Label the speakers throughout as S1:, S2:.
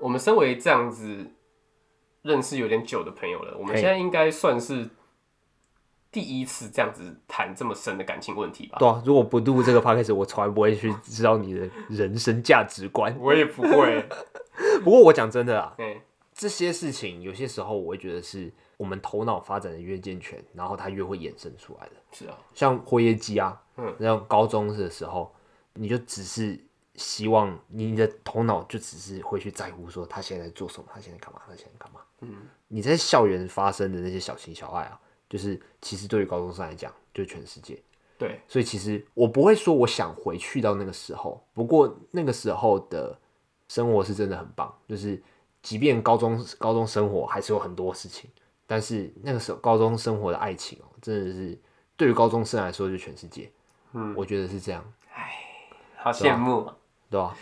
S1: 我们身为这样子认识有点久的朋友了，我们
S2: 嘿
S1: 现在应该算是第一次这样子谈这么深的感情问题吧？
S2: 对啊，如果不录这个 podcast，我从来不会去知道你的人生价值观。
S1: 我也不 会，
S2: 不过我讲真的啊，
S1: 嗯，
S2: 这些事情有些时候我会觉得是我们头脑发展的越健全，然后它越会衍生出来的。
S1: 是啊，
S2: 像活页机啊，
S1: 嗯，
S2: 像高中的时候，你就只是希望你的头脑就只是会去在乎说他现在在做什么，他现在干嘛，他现在干嘛。
S1: 嗯，
S2: 你在校园发生的那些小情小爱啊，就是其实对于高中生来讲，就是全世界。
S1: 对，
S2: 所以其实我不会说我想回去到那个时候，不过那个时候的生活是真的很棒，就是即便高中高中生活还是有很多事情，但是那个时候高中生活的爱情哦，真的是对于高中生来说就是全世界，
S1: 嗯，
S2: 我觉得是这样，
S1: 好羡慕啊，
S2: 对吧、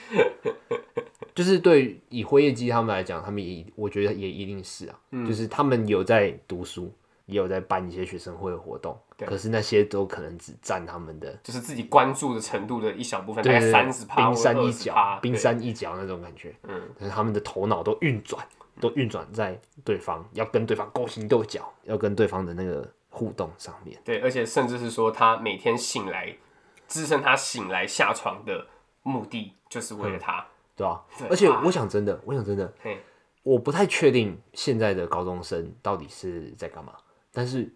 S2: 就是对于以辉夜姬他们来讲，他们也我觉得也一定是啊，
S1: 嗯
S2: 就是他们有在读书，也有在办一些学生会的活动，
S1: 对
S2: 可是那些都可能只占他们的
S1: 就是自己关注的程度的一小部分，大
S2: 对
S1: 概
S2: 对对
S1: 三十趴
S2: 冰
S1: 或
S2: 山一
S1: 二十趴
S2: 角，，冰
S1: 对
S2: 山一角那种感觉。
S1: 嗯，
S2: 但是他们的头脑都运转，都运转在对方，要跟对方勾心斗角，要跟对方的那个互动上面。
S1: 对，而且甚至是说，他每天醒来，支撑他醒来下床的目的，就是
S2: 嗯
S1: 为了他。
S2: 对吧、
S1: 对
S2: 而且
S1: 啊
S2: 我想真的，我想真的
S1: 嘿，
S2: 我不太确定现在的高中生到底是在干嘛。但是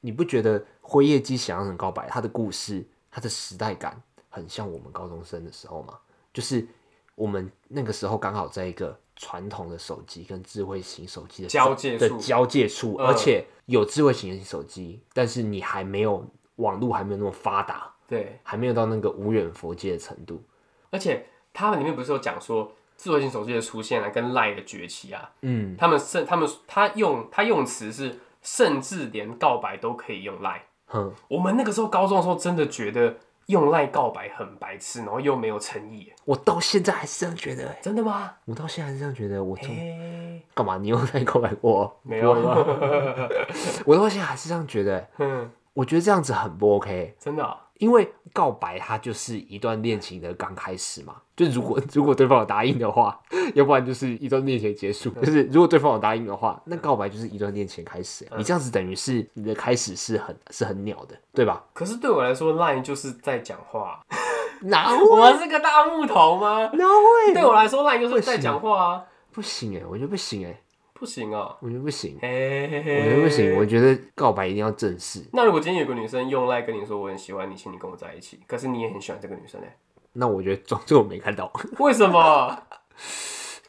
S2: 你不觉得《辉夜姬想要很告白》它的故事，它的时代感很像我们高中生的时候吗？就是我们那个时候刚好在一个传统的手机跟智慧型手机的
S1: 交界
S2: 的
S1: 处
S2: 交界处，
S1: 嗯
S2: 而且有智慧型手机，但是你还没有网络还没有那么发达，
S1: 对，
S2: 还没有到那个无远佛界的程度。
S1: 而且他们里面不是有讲说，智慧型手机的出现啊，跟 LINE 的崛起啊，
S2: 嗯，
S1: 他们甚他们他用他用词是，甚至连告白都可以用 LINE。
S2: 嗯哼，
S1: 我们那个时候高中的时候，真的觉得用 LINE 告白很白痴，然后又没有诚意。
S2: 我到现在还是这样觉得、欸，
S1: 真的吗？
S2: 我到现在还是这样觉得。我
S1: 哎、
S2: 从干嘛？你有在告白过 哦？
S1: 没有
S2: 不会吧 我到现在还是这样觉得、欸。
S1: 哼，
S2: 我觉得这样子很不 OK，
S1: 嗯真的啊、
S2: 因为告白它就是一段恋情的刚开始嘛。就如果如果对方有答应的话， 要不然就是一段恋情的结束。就是如果对方有答应的话，那告白就是一段恋情的开始欸、你这样子等于是你的开始是很是很鸟的，对吧？
S1: 可是对我来说，LINE 就是在讲话。啊
S2: 哪
S1: 我
S2: 会
S1: 们是个大木头吗？
S2: 哪会？
S1: 对我来说，烂就是在讲话啊，
S2: 不行哎、我觉得不行哎、
S1: 不行啊、
S2: 我觉得不行。
S1: 嘿嘿
S2: 我
S1: 嘿
S2: 觉得不行，我觉得告白一定要正式。
S1: 那如果今天有个女生用赖跟你说我很喜欢你，请你跟我在一起，可是你也很喜欢这个女生呢、
S2: 那我觉得装作我没看到。
S1: 为什么？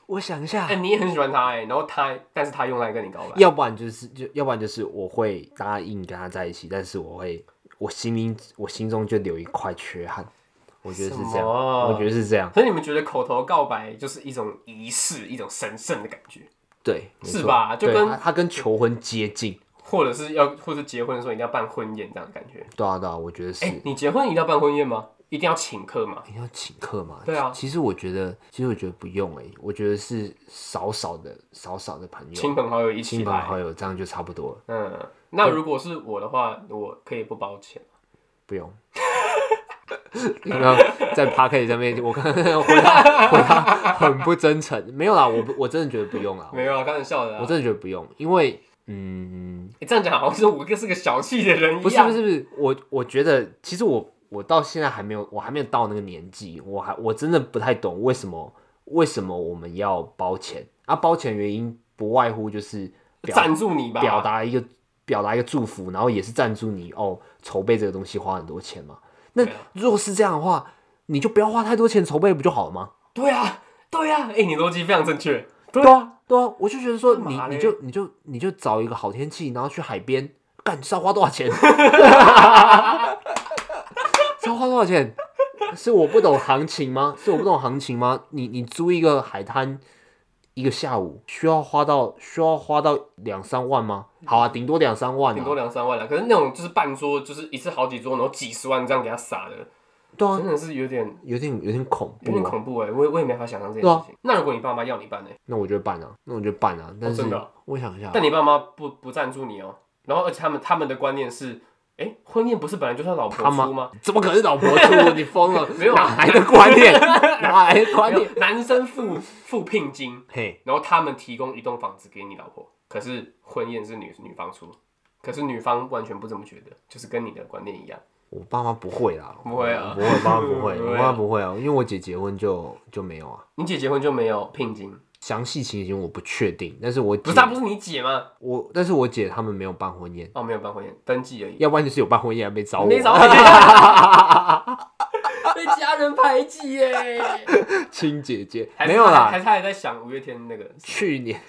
S2: 我想一下
S1: 哎、，你也很喜欢她哎、然后她，但是她用赖跟你告白，
S2: 要不然就是就要不然就是我会答应跟他在一起，但是我会我心里我心中就留一块缺憾。我觉得是这
S1: 什
S2: 样，
S1: 么
S2: 我觉得是这样，
S1: 所以你们觉得口头告白就是一种仪式，一种神圣的感觉，
S2: 对，没错
S1: 是吧就
S2: 对
S1: 跟
S2: 他他跟求婚接近，
S1: 或者是要，或者结婚的时候一定要办婚宴这样的感觉。
S2: 对啊对啊，我觉得是。
S1: 哎、你结婚一定要办婚宴吗？一定要请客吗？
S2: 你要请客嘛？
S1: 对啊
S2: 其实我觉得，其实我觉得不用哎、我觉得是少少的少少的朋
S1: 亲
S2: 友、
S1: 朋好友一起
S2: 亲朋
S1: 来。
S2: 好友，这样就差不多了，
S1: 嗯，那如果是我的话，我可以不包钱。
S2: 不用。 然后在 p a r k e t 上面，我刚刚回答回答很不真诚，没有啦，我不我真的觉得不用啦，
S1: 没有啊，开玩笑的啊。哎
S2: 我真的觉得不用，因为嗯，
S1: 你这样讲好像是我是个小气的人一样。
S2: 不是不是不是，我我觉得其实我我到现在还没有，我还没有到那个年纪，我还我真的不太懂为什么为什么我们要包钱啊？包钱原因不外乎就是 表
S1: 赞助你吧，
S2: 表达一个表达一个祝福，然后也是赞助你哦，筹备这个东西花很多钱嘛。那
S1: 对啊
S2: 如果是这样的话，你就不要花太多钱筹备不就好了吗？
S1: 对啊，对啊，哎、你逻辑非常正确。对
S2: 对啊，对啊，我就觉得说
S1: 干
S2: 你
S1: 嘛嘞
S2: 你就你就你就找一个好天气，然后去海边，干是要花多少钱？ 是要花多少钱？是我不懂行情吗？是我不懂行情吗？你你租一个海滩一个下午，需要花到需要花到两三万吗？好啊，顶多两三万、啊，
S1: 顶多两三万了，可是那种就是半桌，就是一次好几桌，然后几十万这样给他撒的，
S2: 对啊
S1: 真，的是有点
S2: 有点有点恐
S1: 有点
S2: 怖、啊。
S1: 恐怖哎、我也我也没法想象这件
S2: 啊
S1: 事情。那如果你爸妈要你办呢、
S2: 那我就办啊，那我就办啊。但是、
S1: 真的啊
S2: 我想一下，
S1: 但你爸妈不不赞助你哦、然后而且他们他们的观念是，哎、婚宴不是本来就是要老婆
S2: 他妈
S1: 出吗？
S2: 怎么可能是老婆 出？你疯了？
S1: 没有啊
S2: 哪来的 观念？哪来的观
S1: 没
S2: 念
S1: 有？男生付付聘金，
S2: 嘿，
S1: 然后他们提供一栋房子给你老婆，可是婚宴是女女方出，可是女方完全不这么觉得，就是跟你的观念一样。
S2: 我爸妈不会啦，
S1: 不会啊
S2: 不会，我爸妈不 会，
S1: 不会啊
S2: 我爸妈不会啊，因为我姐结婚就就没有啊。
S1: 你姐结婚就没有聘金，
S2: 详细情形我不确定，但是我
S1: 不
S2: 姐
S1: 是她啊不是你姐吗？
S2: 我，但是我姐他们没有办婚宴，
S1: 哦，没有办婚宴，登记而已，
S2: 要不然就是有啊办婚宴还没找我，
S1: 没找我 被家人排挤耶。
S2: 亲姐姐
S1: 还是
S2: 没有
S1: 她还
S2: 啦，
S1: 是她还在想五月天那个
S2: 去年，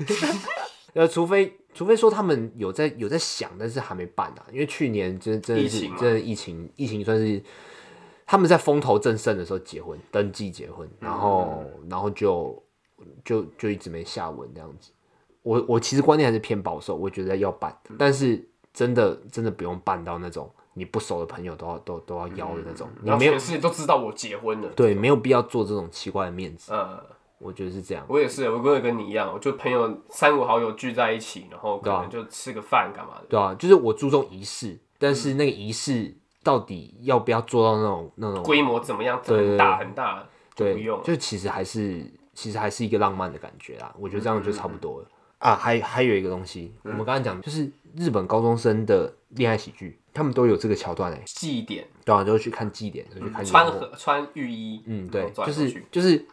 S2: 呃，除非除非说他们有在有在想，但是还没办啊，因为去年真真的
S1: 疫
S2: 是
S1: 情嘛啊
S2: 真的疫情，疫情算是他们在风头正盛的时候结婚，登记结婚，
S1: 嗯
S2: 然后、然后就就就一直没下文这样子。我我其实观念还是偏保守，我觉得要办，
S1: 嗯
S2: 但是真的真的不用办到那种你不熟的朋友都要都都要邀的那种，你
S1: 然后
S2: 没有
S1: 全世界都知道我结婚了。
S2: 对没有必要做这种奇怪的面子，
S1: 嗯，
S2: 我觉得是这样。
S1: 我也是，我跟我跟你一样，我就朋友三五好友聚在一起，然后可
S2: 对
S1: 能
S2: 啊
S1: 就吃个饭干嘛的。
S2: 对啊，就是我注重仪式，但
S1: 嗯
S2: 是那个仪式到底要不要做到那种那种
S1: 规模怎么样？
S2: 对
S1: 很大很大，就
S2: 对，
S1: 不用。
S2: 就其实还是其实还是一个浪漫的感觉啦。我觉得这样就
S1: 嗯
S2: 差不多了、啊。还还有一个东西，我们刚才讲就是日本高中生的恋爱喜剧，他们都有这个桥段哎、
S1: 祭典，
S2: 对啊，就是去看祭典，就去
S1: 嗯
S2: 看
S1: 穿
S2: 幽默
S1: 和穿浴衣，
S2: 嗯，
S1: 然
S2: 对
S1: 后，走来
S2: 就
S1: 走
S2: 是
S1: 去
S2: 就是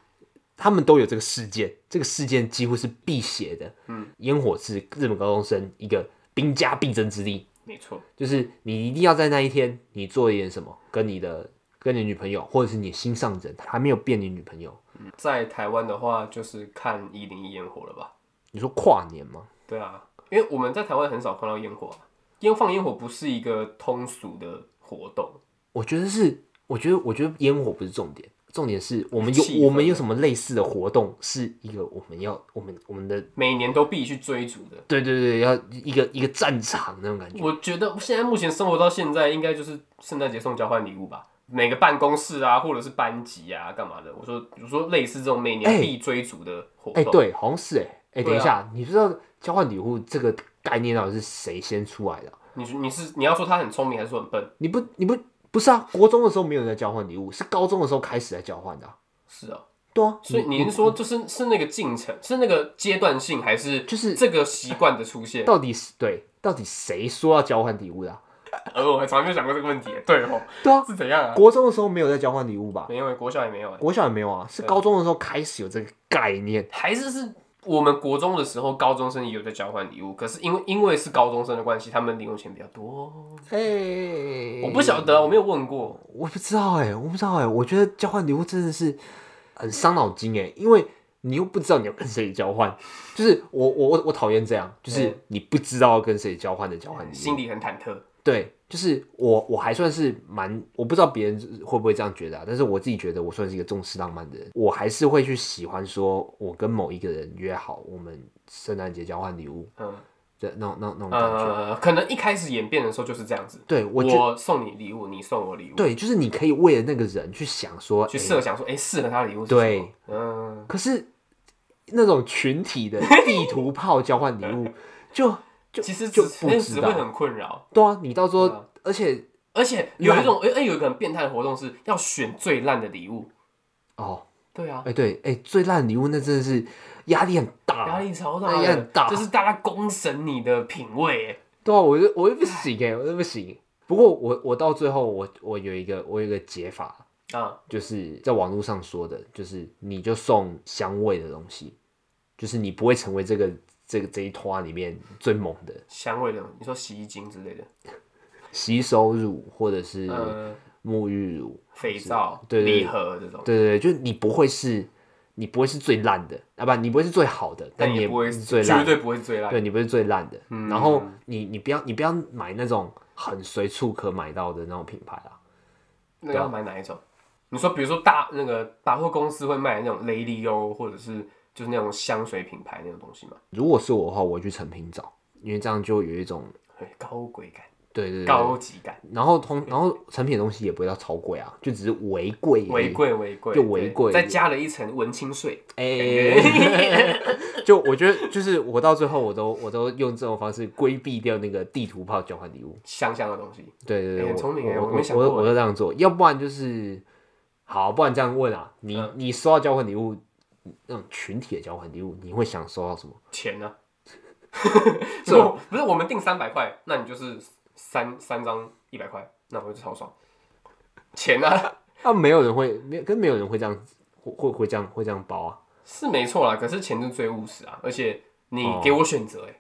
S2: 他们都有这个事件，这个事件几乎是必写的。嗯，烟火是日本高中生一个兵家必争之地。
S1: 没错，
S2: 就是你一定要在那一天，你做一点什么，跟你的跟你女朋友，或者是你心上人还没有变你女朋友，
S1: 在台湾的话就是看一零一烟火了吧？
S2: 你说跨年吗？
S1: 对啊，因为我们在台湾很少看到烟火啊，烟放烟火不是一个通俗的活动，
S2: 我觉得是，我觉得我觉得烟火不是重点，重点是我们有
S1: 气氛啊
S2: 我们有什么类似的活动，是一个我们要我们我们的
S1: 每年都必去追逐的。
S2: 对对对，要一个一个战场那种感觉。
S1: 我觉得现在目前生活到现在，应该就是圣诞节送交换礼物吧。每个办公室啊，或者是班级啊，干嘛的？我说，我说类似这种每
S2: 哎
S1: 年必追逐的活
S2: 哎、
S1: 动，
S2: 对，好像是哎、
S1: 对
S2: 哎、
S1: 啊
S2: 等一下，你知道交换礼物这个概念到底是谁先出来的啊？
S1: 你你是你要说他很聪明还是说很笨？
S2: 你不你不不是啊？国中的时候没有人在交换礼物，是高中的时候开始在交换的啊、
S1: 是哦，
S2: 对啊，
S1: 所以你是说，就是是那个进程，是那个阶段性，还是
S2: 就是
S1: 这个习惯的出现？
S2: 到底是对，到底谁说要交换礼物的啊、
S1: 呃，我还从来没有想过这个问题。对哦，
S2: 对啊，
S1: 是怎样啊？
S2: 国中的时候没有在交换礼物吧？
S1: 没有欸，国小也没有欸，
S2: 国小也没有啊，是高中的时候开始有这个概念。
S1: 还是是我们国中的时候，高中生也有在交换礼物，可是因为因为是高中生的关系，他们零用钱比较多。
S2: 哎、
S1: 我不晓得，我没有问过。
S2: 我不知道哎、我不知道哎、我觉得交换礼物真的是很伤脑筋哎、因为你又不知道你要跟谁交换，就是我我我我讨厌这样，就是
S1: 嗯
S2: 你不知道要跟谁交换的交换礼物
S1: 心。里很忐忑，
S2: 对，就是我我还算是蛮，我不知道别人会不会这样觉得啊，但是我自己觉得我算是一个重视浪漫的人，我还是会去喜欢说，我跟某一个人约好，我们圣诞节交换礼物
S1: 嗯
S2: 的那种那种那种感觉。
S1: 呃，可能一开始演变的时候就是这样子，
S2: 对，我觉
S1: 我送你礼物，你送我礼物，
S2: 对，就是你可以为了那个人去想说，
S1: 去
S2: 诶
S1: 设想说，哎，适合他的礼物是什么
S2: 对，
S1: 嗯，
S2: 可是那种群 体的地图炮交换礼物，就就
S1: 其实只
S2: 就不
S1: 那
S2: 知
S1: 只会
S2: 道，
S1: 很困扰。
S2: 对啊，你到时
S1: 对
S2: 候
S1: 啊，
S2: 而且
S1: 而且有一种，哎、哎，有一个很变态的活动是要选最烂的礼物。
S2: 哦，
S1: 对啊
S2: 哎、，对，哎、最烂的礼物那真的是压力很大、
S1: 压力超大
S2: 压
S1: 的，
S2: 力很大
S1: 这是大家公审你的品味。哎
S2: 对啊，我就我就不行哎、我就不行。不过我我到最后我我有一个我有一个解法，
S1: 啊，
S2: 就是在网络上说的，就是你就送香味的东西，就是你不会成为这个这个这一团里面最猛的
S1: 香味的，你说洗衣精之类的，
S2: 洗手乳或者是
S1: 嗯，
S2: 沐浴乳，
S1: 肥皂、
S2: 对对对
S1: 礼盒这种，
S2: 对对对，就是你不会是你不会是最烂的啊，不，你不会是最好的，但
S1: 但
S2: 你
S1: 也不会
S2: 是
S1: 是
S2: 最
S1: 绝
S2: 烂的，
S1: 对不嗯会是最烂的。
S2: 对你不是最烂的。然后你你不要你不要买那种很随处可买到的那种品牌啊。
S1: 那要买哪一种？你说，比如说大那个百货公司会卖那种雷利欧，或者是就是那种香水品牌那种东西嘛，
S2: 如果是我的话，我会去成品找，因为这样就有一种
S1: 对，高贵感、
S2: 对对对对。
S1: 高级感，
S2: 然后通然后成品的东西也不会到超贵啊，就只是围贵而已
S1: 违贵违贵，
S2: 就违
S1: 对
S2: 规
S1: 再加了一层文青税。
S2: 哎，就我觉得，就是我到最后，我都我都用这种方式规避掉那个地图炮交换礼物。
S1: 香香的东西，
S2: 对对
S1: 哎
S2: 对，
S1: 很聪明哎
S2: 我
S1: 我没想
S2: 我
S1: 过
S2: 我都这样做，要不然就是好，不然这样问啊，你
S1: 嗯
S2: 你收到交换礼物，那种群体的交换礼物，你会想收到什么？
S1: 钱呢、 啊？
S2: 这种
S1: 不是不是，我们定三百块，那你就是三三张一百块，那我就超爽。钱呢、啊、
S2: 啊，没有人会，没有跟没有人会这样，会会会这样会这样包啊。
S1: 是没错啦，可是钱是最务实啊，而且你
S2: 哦
S1: 给我选择哎、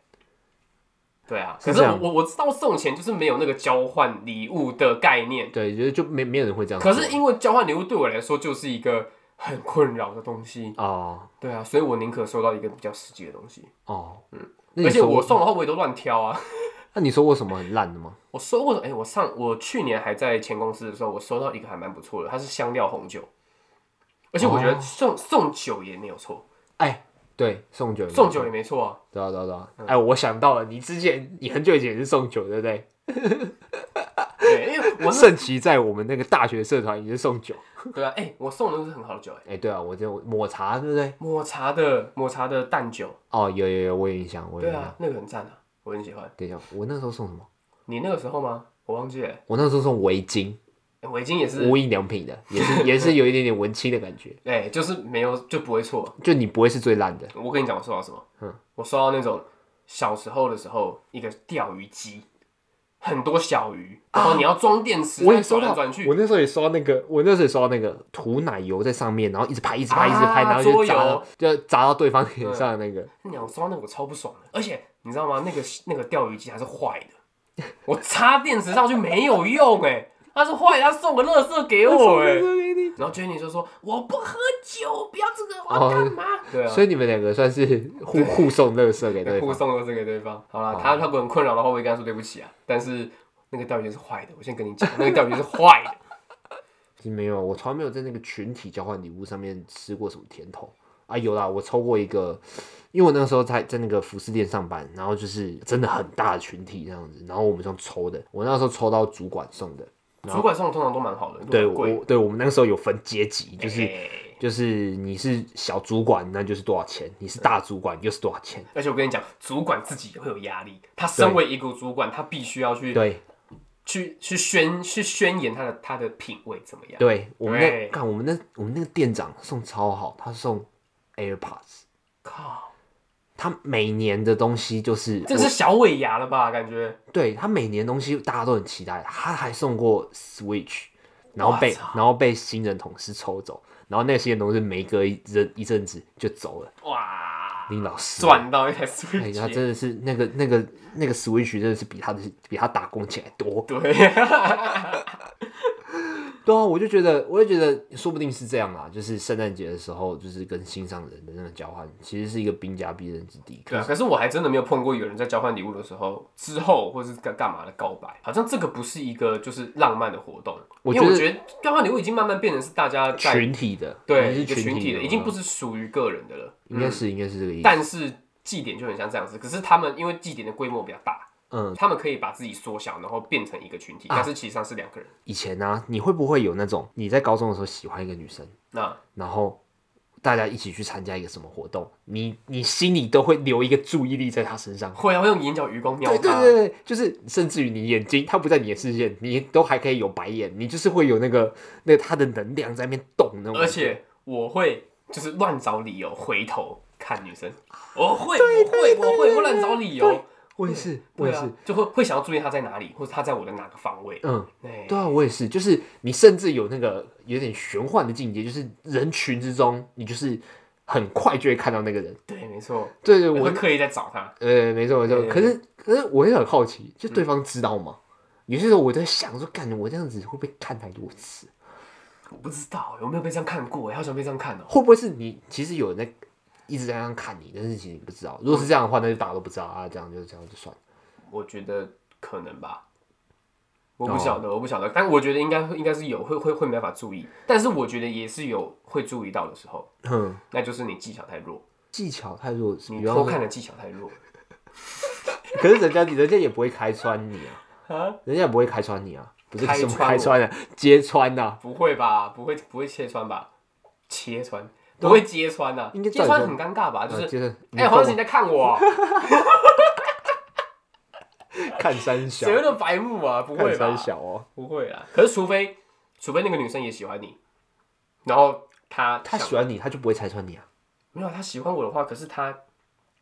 S1: 对啊，
S2: 是
S1: 可是
S2: 这
S1: 我
S2: 样
S1: 我我知道送钱就是没有那个交换礼物的概念，
S2: 对，就是就没没有人会这样做。
S1: 可是因为交换礼物对我来说就是一个很困扰的东西，
S2: 哦
S1: 对啊，所以我宁可收到一个比较实际的东西，
S2: 哦，嗯，那你
S1: 而且
S2: 收
S1: 我
S2: 过，
S1: 送的话我也都乱挑啊。
S2: 那你收过什么很烂的吗？
S1: 我收过，哎、我上我去年还在前公司的时候，我收到一个还蛮不错的，它是香料红酒，而且我觉
S2: 哦
S1: 得送、送酒也没有错，
S2: 哎，对，送酒，
S1: 送酒也，没错啊。
S2: 对啊对啊对啊。哎，我想到了，你之前你很久以前也是送酒，对不对？
S1: 对，因为我是
S2: 盛奇在我们那个大学社团也是送酒。
S1: 对啊，哎、我送的都是很好的酒、哎，
S2: 哎，对啊，我就抹茶，对不对？
S1: 抹茶的抹茶的淡酒，
S2: 哦，有有有，我有印象，我有
S1: 对
S2: 印象。
S1: 啊，那个很赞啊，我很喜欢。
S2: 等一下，我那时候送什么？
S1: 你那个时候吗？我忘记了、
S2: 我那时候送围巾，
S1: 哎围巾也是，
S2: 无印良品的，也是也是有一点点文青的感觉，
S1: 哎、就是没有就不会错。
S2: 就你不会是最烂的。
S1: 我跟你讲，我收到什么？
S2: 嗯
S1: 我收到那种小时候的时候一个钓鱼机，很多小鱼，然后你要装电池，
S2: 啊我也
S1: 再
S2: 收
S1: 转来
S2: 到，
S1: 转去。
S2: 我那时候也收到那个，我那时候也收到那个涂奶油在上面，然后一直拍，一直
S1: 啊
S2: 拍，一直拍，然后就
S1: 桌
S2: 砸到
S1: 游
S2: 就砸到对方脸上的那个。
S1: 鸟烧那个我超不爽的，而且你知道吗？那个那个钓鱼机还是坏的，我插电池上去没有用哎、它是坏的，他送个乐色给 我哎、然后 Jenny 就说我不喝酒，不要这个，我
S2: 哦
S1: 要干嘛？对啊，
S2: 所以你们两个算是互互送乐色给对哦
S1: 互
S2: 方。
S1: 送乐色给对方。好了，他他很困扰的话，我也跟他说对不起啊。但是那个钓鱼机是坏的，我先跟你讲，那个钓鱼机是坏 的。
S2: 没有，我从来没有在那个群体交换礼物上面吃过什么甜头啊。有啦，我抽过一个，因为我那个时候在在那个服饰店上班，然后就是真的很大的群体这样子，然后我们是用抽的，我那时候抽到主管送的。
S1: 主管送的通常都蛮好的，都
S2: 对
S1: 蛮贵，
S2: 我，对我们那个时候有分阶级，就是。
S1: 哎
S2: 就是你是小主管，那就是多少钱；你是大主管，又是多少钱。
S1: 而且我跟你讲，主管自己也会有压力，他身为一个主管，他必须要去
S2: 对
S1: 去去宣去宣言他的他的品味怎么样。
S2: 对，我们那
S1: 对
S2: 看我们那我们那个店长送超好，他送 AirPods，
S1: 靠，
S2: 他每年的东西就是
S1: 这是小尾牙了吧？感觉
S2: 对他每年的东西大家都很期待，他还送过 Switch，然后被
S1: 哇操
S2: 然后被新人同事抽走，然后那个新人同事没隔一阵一阵子就走了，
S1: 哇，
S2: 林老师。
S1: 赚到一台
S2: 哎，他
S1: Switch，
S2: 真的是那个那个那个 Switch 真的是比他的比他打工起来多，
S1: 对，
S2: 对啊，我就觉得，我就觉得，说不定是这样啦。就是圣诞节的时候，就是跟心上人的那个交换，其实是一个兵家必争之地。
S1: 对
S2: 可
S1: 啊。
S2: 是
S1: 可是我还真的没有碰过有人在交换礼物的时候之后，或是干干嘛的告白，好像这个不是一个就是浪漫的活动，
S2: 我
S1: 因为我
S2: 觉
S1: 觉得交换礼物已经慢慢变成是大家在
S2: 群体的，
S1: 对
S2: 你
S1: 一
S2: 是
S1: 个群体的，
S2: 的嗯嘛，
S1: 已经不是属于个人的了。
S2: 应该是应该是这个意思。
S1: 但是祭典就很像这样子，可是他们因为祭典的规模比较大，
S2: 嗯，啊
S1: 他们可以把自己缩小，然后变成一个群体，但是其实上是两个人。
S2: 以前呢、你会不会有那种你在高中的时候喜欢一个女生，
S1: 那
S2: 然后大家一起去参加一个什么活动，你你心里都会留一个注意力在她身上。
S1: 会啊，会用眼角余光瞄
S2: 对对
S1: 他，
S2: 对对，就是甚至于你眼睛，它不在你的视线，你都还可以有白眼，你就是会有那个那个它的能量在那边动那种感觉。
S1: 而且我会就是乱找理由回头看女生，
S2: 啊
S1: 我会，我会，我会，我乱找理由。
S2: 我也是，我
S1: 对
S2: 也
S1: 啊
S2: 是，，
S1: 就会会想要注意她在哪里，或者她在我的哪个方位。
S2: 嗯，
S1: 对
S2: 对啊，我也是，就是你甚至有那个有点玄幻的境界，就是人群之中，你就是很快就会看到那个人。
S1: 对，没错，
S2: 对对，
S1: 我
S2: 我
S1: 会刻意在找她。
S2: 呃，没错没错。
S1: 对嗯
S2: 可是可是我也很好奇，就对方知道吗？有些时候我在想说，干我这样子会不会看太多次？
S1: 我不知道有没有被这样看过，好想被这样看哦。
S2: 会不会是你其实有人在一直在那样看你，但是其实你不知道？如果是这样的话，那就大家都不知道啊，这样就这样就算了。
S1: 我觉得可能吧，我不晓得，
S2: 哦
S1: 我不晓得，但我觉得应该应该是有会会会没办法注意，但是我觉得也是有会注意到的时候，
S2: 哼，
S1: 那就是你技巧太弱，
S2: 技巧太弱，
S1: 你
S2: 比方
S1: 偷
S2: 说
S1: 看的技巧太弱
S2: 可是人家人家也不会开穿你啊。
S1: 啊，
S2: 人家也不会开穿你啊，不是
S1: 开
S2: 什么
S1: 穿
S2: 开
S1: 我
S2: 穿的、揭穿呐、啊
S1: 不会吧？不会不会切穿吧？切穿，不会揭穿呐、
S2: 啊应该
S1: 揭
S2: 照理
S1: 穿
S2: 说
S1: 很尴尬吧？就
S2: 呃
S1: 是
S2: 就是
S1: 哎，黄子你在看 我，
S2: 看三小
S1: 谁，会那么白目啊？不
S2: 看
S1: 会吧
S2: 三？小哦，
S1: 不会啦。可是除非除非那个女生也喜欢你，然后她
S2: 他
S1: 想
S2: 喜欢你，他就不会拆穿你啊，
S1: 没有她喜欢我的话，可是她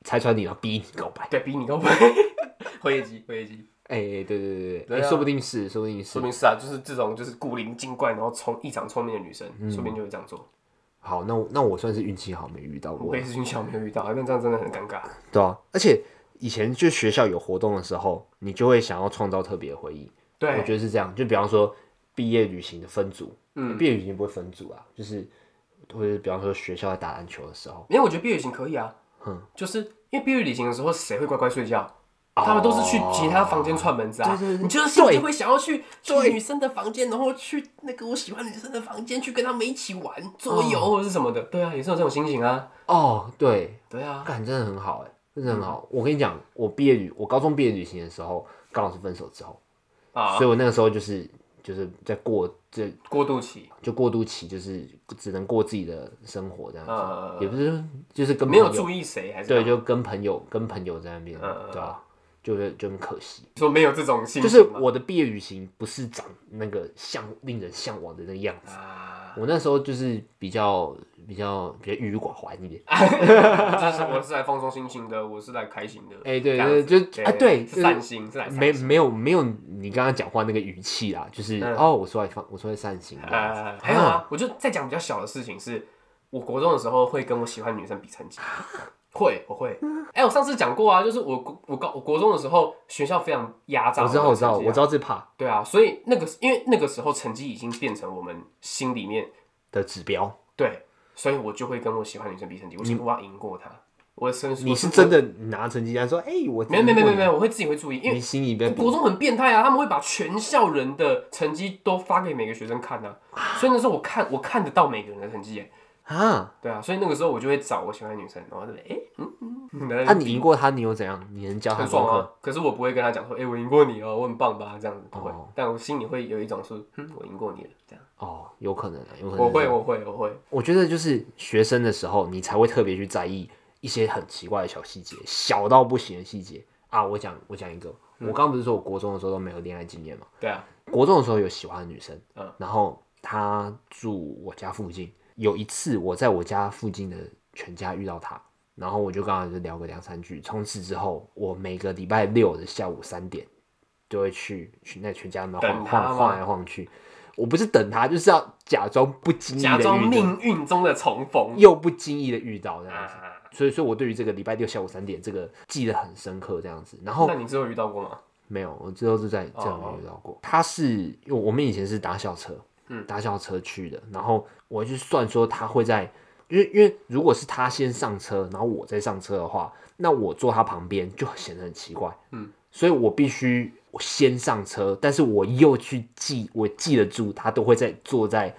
S2: 拆穿你然后逼你告白。
S1: 对比你高 分，灰夜姬，灰夜姬，
S2: 哎、对对对对，
S1: 对
S2: 哎、
S1: 啊
S2: 说不定是，说不定是
S1: 说。明是啊，就是这种就是古灵精怪，然后聪异常聪明的女生，
S2: 嗯
S1: 说不定就会这样做。
S2: 好，那我那我算是运气好，没遇到
S1: 我
S2: 过
S1: 也。是从小没有遇到，那这样真的很尴尬。
S2: 对啊，而且以前就学校有活动的时候，你就会想要创造特别的回忆。我
S1: 对，
S2: 觉得是这样，就比方说毕业旅行的分组，
S1: 嗯
S2: 毕业旅行不会分组啊，就是或者是比方说学校在打篮球的时候，
S1: 因为我觉得毕业旅行可以啊，
S2: 嗯哦
S1: 就是因为毕业旅行的时候，谁会乖乖睡觉？他们都是去其他房间串门子啊，
S2: 对对对
S1: 你就是心里
S2: 对
S1: 就会想要去去女生的房间，然后去那个我喜欢女生的房间去跟他们一起玩桌游
S2: 嗯
S1: 或者是什么的，对啊，也是有这种心情啊，
S2: 哦，对，
S1: 对啊，
S2: 感真的很好哎、真的很好。
S1: 嗯
S2: 我跟你讲，我毕业旅，我高中毕业旅行的时候，刚好是分手之后，
S1: 啊
S2: 所以我那个时候就是就是在过这
S1: 过渡期
S2: 就过渡期，就是只能过自己的生活这样子，
S1: 嗯嗯嗯
S2: 也不是说就是跟
S1: 没有
S2: 朋友
S1: 注意谁还是
S2: 对，就跟朋友跟朋友在那边，
S1: 嗯嗯
S2: 对吧、就是就很可惜，
S1: 说没有这种心
S2: 就
S1: 情
S2: 是
S1: 嘛
S2: 我的毕业旅行不是长那个向令人向往的那个样子。
S1: 啊，
S2: 我那时候就是比较比较比较郁郁寡欢 一点，
S1: 就是我是来放松心情的，我是来开心的，
S2: 哎
S1: 这
S2: 对
S1: 样子
S2: 对就啊对
S1: 是散心是来散
S2: 没
S1: 心
S2: 没有没有你刚刚讲话那个语气啦，就是、
S1: 嗯
S2: 哦，我说来放，我说来散心这样子，
S1: 啊，还有啊，我就再讲比较小的事情是，我国中的时候会跟我喜欢的女生比 成绩，会我会，哎、我上次讲过啊，就是我国我高我国中的时候学校非常压榨
S2: 我
S1: 的
S2: 知
S1: 成绩啊、
S2: 道我知道我知道这怕
S1: 对啊，所以那个因为那个时候成绩已经变成我们心里面
S2: 的指标，
S1: 对，所以我就会跟我喜欢的女生比成绩，我想我要赢过她，我的分数
S2: 你是真的拿成绩单说，哎、我
S1: 没有没有没有没有，我会自己会注意，因
S2: 你
S1: 为。
S2: 心里边
S1: 国中很变态啊，他们会把全校人的成绩都发给每个学生看呐、啊，所以那时候我看我看得到每个人的成绩耶、
S2: 啊，
S1: 对啊，所以那个时候我就会找我喜欢的女生，然后就哎、诶嗯嗯嗯，那、
S2: 那、啊你赢过他，你又怎样？你能教他
S1: 很
S2: 功
S1: 爽
S2: 课？
S1: 啊。可是我不会跟她讲说，哎、我赢过你哦，我很棒吧，这样子不会。
S2: 哦
S1: 但我心里会有一种说，嗯，我赢过你了，这样。
S2: 哦，有可能啊，有可能
S1: 我
S2: 是这
S1: 会，
S2: 样。
S1: 我会，我会。
S2: 我觉得就是学生的时候，你才会特别去在意一些很奇怪的小细节，小到不行的细节啊。我讲，我讲一个，我
S1: 嗯
S2: 刚刚不是说我国中的时候都没有恋爱经验嘛？
S1: 对啊，
S2: 国中的时候有喜欢的女生，
S1: 嗯
S2: 然后她住我家附近。有一次我在我家附近的全家遇到她，然后我就刚好就聊个两三句。从此之后，我每个礼拜六的下午三点就会去去那全家门晃
S1: 等她
S2: 晃
S1: 吗
S2: 晃来晃去。我不是等她，就是要假装不经意的
S1: 假装
S2: 遇到，
S1: 命运中的重逢
S2: 又不经意的遇到这样子。
S1: 啊。
S2: 所以，所以我对于这个礼拜六下午三点这个记得很深刻，这样子。然后
S1: 那你之后有遇到过吗？
S2: 没有，我之后是在这样没有遇到过。他是因为我们以前是搭校车，
S1: 哦嗯
S2: 搭校车去的。然后我就算说他会在，因为因为如果是他先上车，然后我再上车的话，那我坐他旁边就显得很奇怪，
S1: 嗯，
S2: 所以我必须我先上车，但是我又去记，我记得住他都会在坐在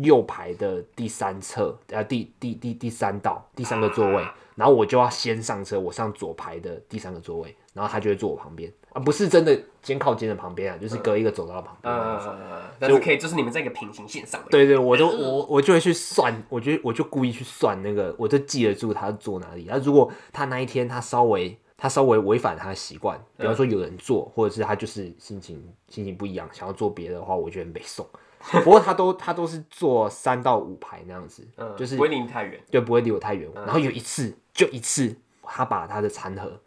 S2: 右排的第三侧，呃，第第第第三道第三个座位，然后我就要先上车，我上左排的第三个座位，然后他就会坐我旁边，啊，不是真的肩靠肩的旁边啊，就是隔一个走道的旁边。啊
S1: 呃，但是可以，就是你们在一个平行线上的。
S2: 对对，我就我我就会去算，我就我就故意去算那个，我就记得住他坐哪里。那如果他那一天他稍微他稍微违反他的习惯，
S1: 嗯
S2: 比方说有人坐，或者是他就是心情心情不一样，想要做别的话，我觉得没送。 不过他都他都是坐三到五排那样子，
S1: 嗯，
S2: 就是
S1: 不会离嗯你太远。
S2: 就不会离我太远。然后有一次就一次，他把他的餐盒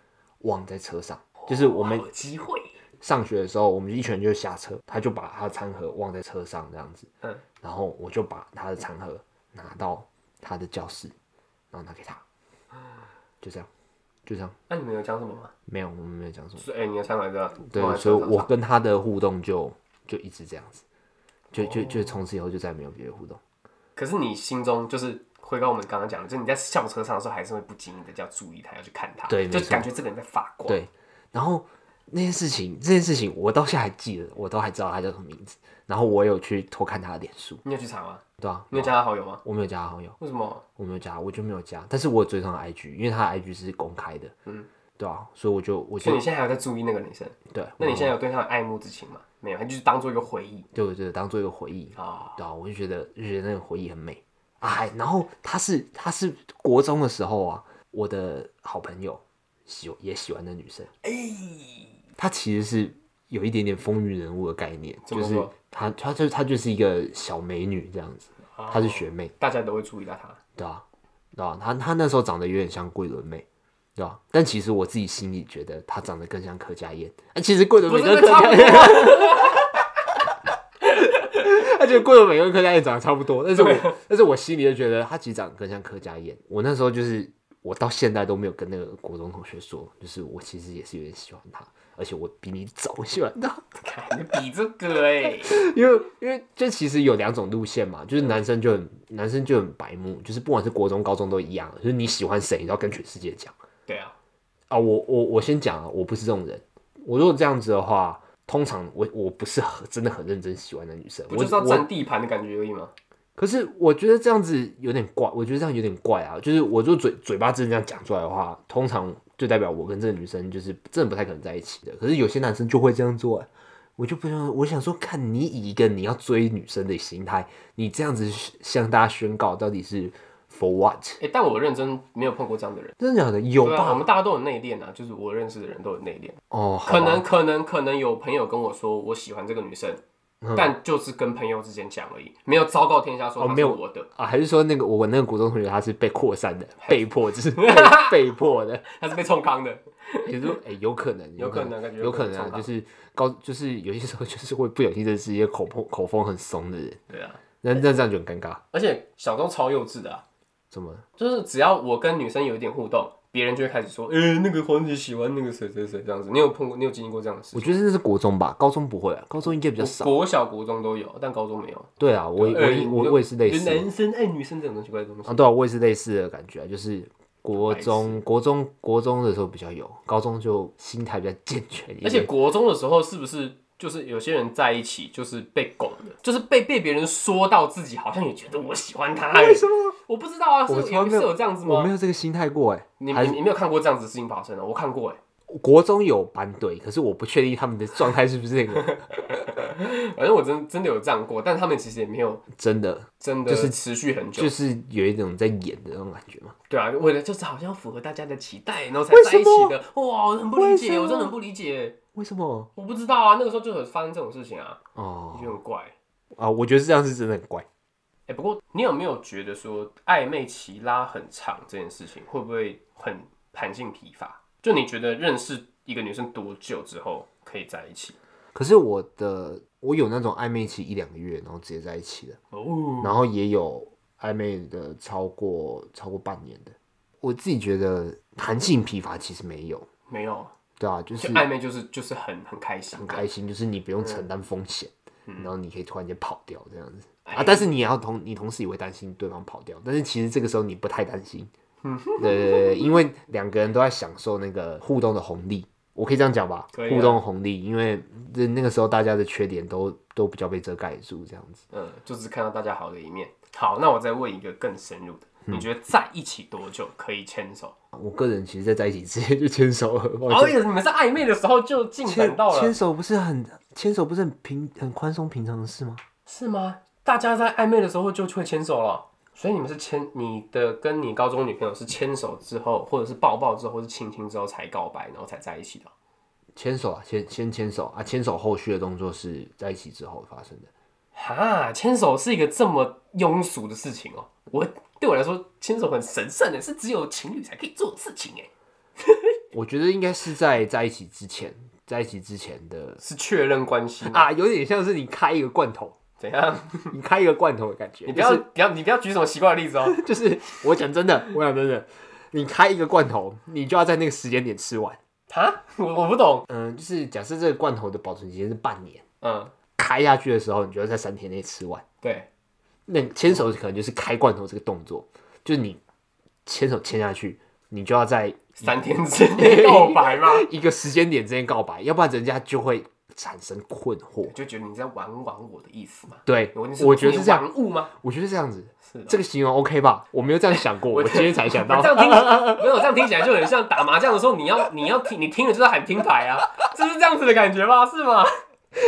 S2: 忘在车上，就是我们
S1: 好机会，
S2: 上学的时候，我们一群人就下车，他就把他的餐盒忘在车上这样子，
S1: 嗯，
S2: 然后我就把他的餐盒拿到他的教室，然后拿给他，就这样，就这样，
S1: 那你们有讲什么吗？
S2: 没有，我们没有讲什么，
S1: 所以，哎，你的餐馆在
S2: 对，所以我跟他的互动就就一直这样子，就就
S1: 哦
S2: 就从此以后就再没有别的互动，
S1: 可是你心中就是回到我们刚刚讲的，就是你在校车上的时候，还是会不经意的要注意他，要去看他，
S2: 对没
S1: 就
S2: 错
S1: 感觉这个人在发光。
S2: 对，然后那件事情，这件事情我到现在还记得，我都还知道他叫什么名字，然后我有去偷看他的脸书，
S1: 你有去查吗？
S2: 对啊，
S1: 你有加他好友吗？
S2: 我没有加他好友。
S1: 为什么？
S2: 我没有加，我就没有加，但是我有追踪他的 IG，因为他的 IG 是公开的，
S1: 嗯，
S2: 对啊，所以我就我
S1: 所
S2: 就
S1: 以你现在还有在注意那个女生？
S2: 对，嗯
S1: 那你现在有对她有爱慕之情吗？没有，她就是当做一个回忆
S2: 对我就当做一个回忆，
S1: 啊。
S2: 对啊，我就觉得就觉得那个回忆很美啊，哎，然后他是他是国中的时候啊，我的好朋友喜也喜欢那女生，
S1: 哎、
S2: 她其实是有一点点风云人物的概念，
S1: 怎
S2: 就
S1: 么
S2: 是
S1: 说
S2: 她她就她就是一个小美女这样子，
S1: 哦
S2: 她是学妹，
S1: 大家都会注意到他。
S2: 对啊，对啊，她她那时候长得有点像桂纶镁。对吧？但其实我自己心里觉得她长得更像柯佳燕。啊，其实桂纶
S1: 不
S2: 镁
S1: 是
S2: 跟
S1: 那
S2: 柯
S1: 差
S2: 佳
S1: 不
S2: 燕，
S1: 多，
S2: 她觉得桂纶镁跟柯佳燕长得差不多，但是我但是我心里就觉得她其实长得更像柯佳燕。我那时候就是我到现在都没有跟那个国中同学说，就是我其实也是有点喜欢她，而且我比你早喜欢她。
S1: 看你比这个哎、
S2: 因为因为这其实有两种路线嘛，就是男生就很男生就很白目，就是不管是国中高中都一样，就是你喜欢谁，你都要跟全世界讲
S1: 对啊，
S2: 啊。我我我先讲啊，我不是这种人。我如果这样子的话，通常我我不是很真的很认真喜欢的女生，
S1: 不
S2: 我
S1: 就是要
S2: 我
S1: 占地盘的感觉而已吗？
S2: 可是我觉得这样子有点怪，我觉得这样有点怪啊。就是我就嘴嘴巴真的这样讲出来的话，通常就代表我跟这个女生就是真的不太可能在一起的。可是有些男生就会这样做、欸，我就不想，我想说，看你以一个你要追女生的心态，你这样子向大家宣告到底是 for what？
S1: 哎、但我认真没有碰过这样的人。
S2: 真的假的？有
S1: 对啊，我
S2: 吧？
S1: 们大家都有内敛啊，就是我认识的人都有内敛。
S2: 哦，好吧
S1: 可能可能可能有朋友跟我说我喜欢这个女生，但就是跟朋友之间讲而已，没有昭告天下说
S2: 嗯哦
S1: 她
S2: 没
S1: 是
S2: 有
S1: 我的，
S2: 啊，还是说那个我那个国中同学他是被扩散的，被迫，就 是被被迫的。
S1: 她是被冲康的。
S2: 也就是哎、有可能，
S1: 有可能感觉
S2: 有可能
S1: 有可能
S2: 啊，
S1: 冲
S2: 就是高，就是有些时候就是会不小心认识一些口风口风很松的人，
S1: 对啊，
S2: 那那这样就很尴尬，
S1: 而且小时候超幼稚的、啊，
S2: 怎么了？
S1: 就是只要我跟女生有一点互动，别人就会开始说，哎、那个黄姐喜欢那个谁谁谁这样子。你有碰过，你有经历过这样的事
S2: 我
S1: 情？
S2: 觉得这是国中吧，高中不会啊，高中应该比较少。
S1: 国小、国中都有，但高中没有。
S2: 对啊，我
S1: 呃
S2: 我我我也是类似
S1: 男生爱女生这种奇怪的东西。
S2: 啊，对啊，我也是类似的感觉啊，就是国中国中国中的时候比较有，高中就心态比较健全一
S1: 而且
S2: 点。
S1: 国中的时候是不是就是有些人在一起就是被拱的，就是被被别人说到自己好像也觉得我喜欢他、欸，
S2: 什么？
S1: 我不知道啊，是
S2: 我
S1: 有
S2: 从来没
S1: 是
S2: 有
S1: 有这样子
S2: 我没
S1: 吗？
S2: 有这个心态过哎、
S1: 你
S2: 还
S1: 你你没有看过这样子的事情发生啊？我看过哎、
S2: 国中有班队，可是我不确定他们的状态是不是那个
S1: 反正我真真的有这样过，但他们其实也没有
S2: 真的，
S1: 真的
S2: 就是
S1: 持续很久，
S2: 就是有一种在演的那种感觉嘛。
S1: 对啊，为了就是好像符合大家的期待，然后才
S2: 为
S1: 在一
S2: 什么
S1: 起的，哇，我很不理
S2: 为什
S1: 解，
S2: 么
S1: 我真的很不理解，
S2: 为什么？
S1: 我不知道啊，那个时候就有发生这种事情啊，我
S2: 哦
S1: 觉得很怪。
S2: 啊，我觉得这样是真的很怪。
S1: 哎、不过你有没有觉得说暧昧期拉很长这件事情，会不会很弹性疲乏？就你觉得认识一个女生多久之后可以在一起？
S2: 可是我的我有那种暧昧期一两个月，然后直接在一起的，
S1: 哦，
S2: 然后也有暧昧的超过超过半年的。我自己觉得弹性疲乏其实没有，
S1: 没有，
S2: 对啊，就
S1: 就是暧昧就是就是很很开心，
S2: 很开心，就是你不用承担风险，然后你可以突然间跑掉这样子
S1: 哎
S2: 啊。但是你也要同你同时也会担心对方跑掉，但是其实这个时候你不太担心，
S1: 嗯
S2: 对对对，因为两个人都在享受那个互动的红利，我可以这样讲吧，
S1: 可以啊
S2: 互动红利，因为那那个时候大家的缺点都都比较被遮盖住这样子。
S1: 嗯，就只是看到大家好的一面。好，那我再问一个更深入的，
S2: 嗯
S1: 你觉得在一起多久可以牵手？
S2: 我个人其实，在在一起之前就牵手了，我
S1: 哦，你们在暧昧的时候就进展
S2: 牵
S1: 到了
S2: 牵，手不是很牵手不是很平很宽松平常的事吗？
S1: 是吗？大家在暧昧的时候就会牵手了，所以你们是牵你的跟你高中女朋友是牵手之后，或者是抱抱之后，或是亲亲之后才告白，然后才在一起的。
S2: 牵手啊，先先牵手啊，牵手后续的动作是在一起之后发生的。
S1: 哈，牵手是一个这么庸俗的事情哦、我对我来说，牵手很神圣的，是只有情侣才可以做的事情哎、
S2: 我觉得应该是在在一起之前，在一起之前的
S1: 是确认关系吗？
S2: 啊，有点像是你开一个罐 头，
S1: 怎 样？
S2: 你开一个罐头的感觉。
S1: 你不要、不要你不要举什么奇怪的例子哦、
S2: 就是、就是 我讲真的，我讲真的，你开一个罐头，你就要在那个时间点吃完。
S1: 哈，我我不懂。
S2: 嗯，就是假设这个罐头的保存期间是半年，
S1: 嗯，
S2: 开下去的时候，你就要在三天内吃完。
S1: 对，
S2: 那牵手可能就是开罐头这个动作，就是你牵手牵下去，你就要在
S1: 三天之内告白吗？
S2: 一个时间点之间告白，要不然人家就会产生困惑
S1: 我。就觉得你在玩玩我的意思嘛。
S2: 对，
S1: 我你
S2: 我觉得是这样，
S1: 玩物吗？
S2: 我觉得是这样子。
S1: 是
S2: 这个形容 OK 吧？我没有这样想过， 我今天才想到
S1: 这。样听起来，没有这样听起来就很像打麻将的时候，你要你要听你听了就是喊听牌啊，就是这样子的感觉吧，是吗？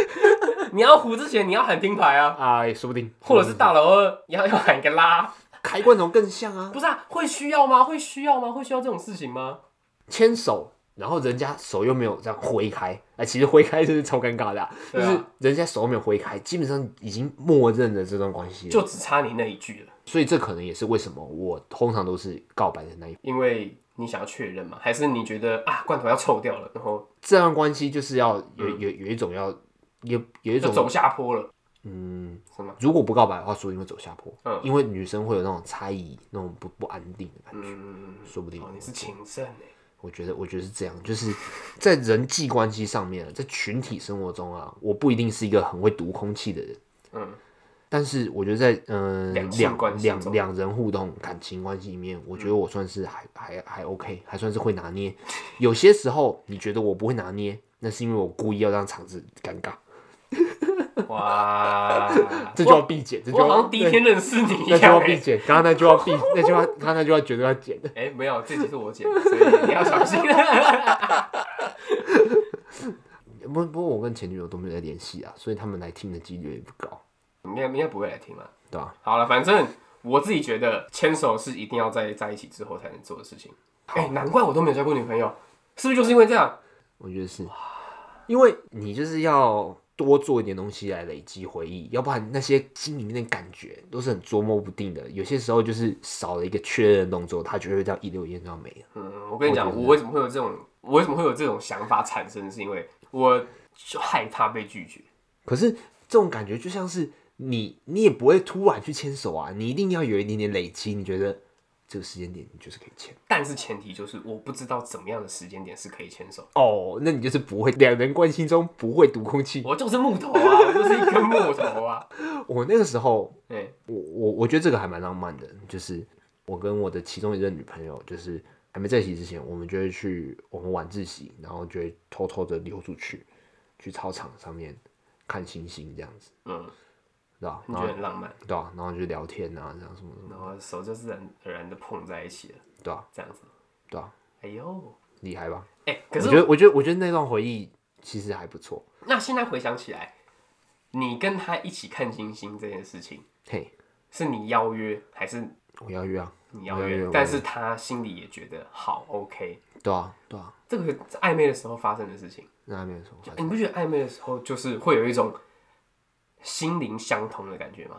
S1: 你要胡之前你要喊听牌啊，
S2: 哎，说不定，
S1: 或者是大老二要要喊个拉，
S2: 开罐头更像啊，
S1: 不是啊，会需要吗？会需要吗？会需要这种事情吗？
S2: 牵手，然后人家手又没有这样挥开，哎，其实挥开真是超尴尬的啊、就
S1: 对啊
S2: 是人家手没有挥开，基本上已经默认了这段关系了，
S1: 就只差你那一句了，
S2: 所以这可能也是为什么我通常都是告白的那一方，
S1: 因为你想要确认嘛，还是你觉得啊罐头要臭掉了，然后
S2: 这段关系就是要有有有一种要有有一
S1: 就
S2: 种
S1: 嗯走下坡了，
S2: 嗯，
S1: 是吗？
S2: 如果不告白的话，说不定会走下坡，
S1: 嗯
S2: 因为女生会有那种猜疑、那种不不安定的感觉，
S1: 嗯，
S2: 说不定
S1: 哦，你是情圣哎，
S2: 我觉得，我觉得是这样，就是在人际关系上面，啊在群体生活中啊，我不一定是一个很会读空气的人，
S1: 嗯，
S2: 但是我觉得在嗯、
S1: 两性
S2: 两
S1: 关系
S2: 两
S1: 中嗯
S2: 两人互动、感情关系里面，我觉得我算是还、还还 OK，还算是会拿捏。有些时候你觉得我不会拿捏，那是因为我故意要让场子尴尬，
S1: 哇，
S2: 这就要必剪，这就
S1: 我我好
S2: 要
S1: 像第一天认识你一
S2: 对那就要
S1: 样
S2: 必
S1: 哎，
S2: 剪，刚刚那就要必，那就要刚刚那就要绝对要剪的。
S1: 哎没有，这集是我剪的，所以你要小心。
S2: 不不过我跟前女友都没有在联系啊，所以他们来听的几率也不高，
S1: 应该应该不会来听吧？
S2: 对吧、
S1: 好了，反正我自己觉得牵手是一定要在在一起之后才能做的事情。哎、难怪我都没有交过女朋友，是不是就是因为这样？
S2: 我觉得是，因为你就是要多做一点东西来累积回忆，要不然那些心里面的感觉都是很捉摸不定的。有些时候就是少了一个确认的动作，它就会这样一溜烟就要没了。
S1: 嗯，我跟你讲，我为什么会有这种，我为什么会有这种想法产生，是因为我就害怕被拒绝。
S2: 可是这种感觉就像是你，你也不会突然去牵手啊，你一定要有一点点累积，你觉得这个时间点你就是可以牵。
S1: 但是前提就是我不知道怎么样的时间点是可以牵手，
S2: 哦，那你就是不会两人关系中不会读空气。
S1: 我就是木头啊，我就是一根木头啊。
S2: 我那个时候
S1: 哎、
S2: 我我我觉得这个还蛮浪漫的，就是我跟我的其中一任女朋友，就是还没在一起之前，我们就会去我们晚自习，然后就会偷偷的溜出去，去操场上面看星星这样子，
S1: 嗯，
S2: 对吧、
S1: 你
S2: 然
S1: 觉
S2: 后
S1: 得很浪漫，
S2: 对啊，然后就聊天啊，这样什么什么，
S1: 然后手就自然而然的碰在一起了，
S2: 对啊，
S1: 这样子。
S2: 对啊，
S1: 哎呦，
S2: 厉害吧？
S1: 哎、
S2: 我
S1: 可是
S2: 觉得我觉得我觉得那段回忆其实还不错，
S1: 那现在回想起来，你跟他一起看星星这件事情，
S2: 嘿，
S1: 是你邀约还是
S2: 我要约啊，
S1: 你邀
S2: 我邀约
S1: 约
S2: 我？
S1: 但是他心里也觉得好 OK，
S2: 对啊对啊，
S1: 这个是暧昧的时候发生的事情，
S2: 那还没有什么话，
S1: 你不觉得暧昧的时候就是会有一种心灵相通的感觉吗？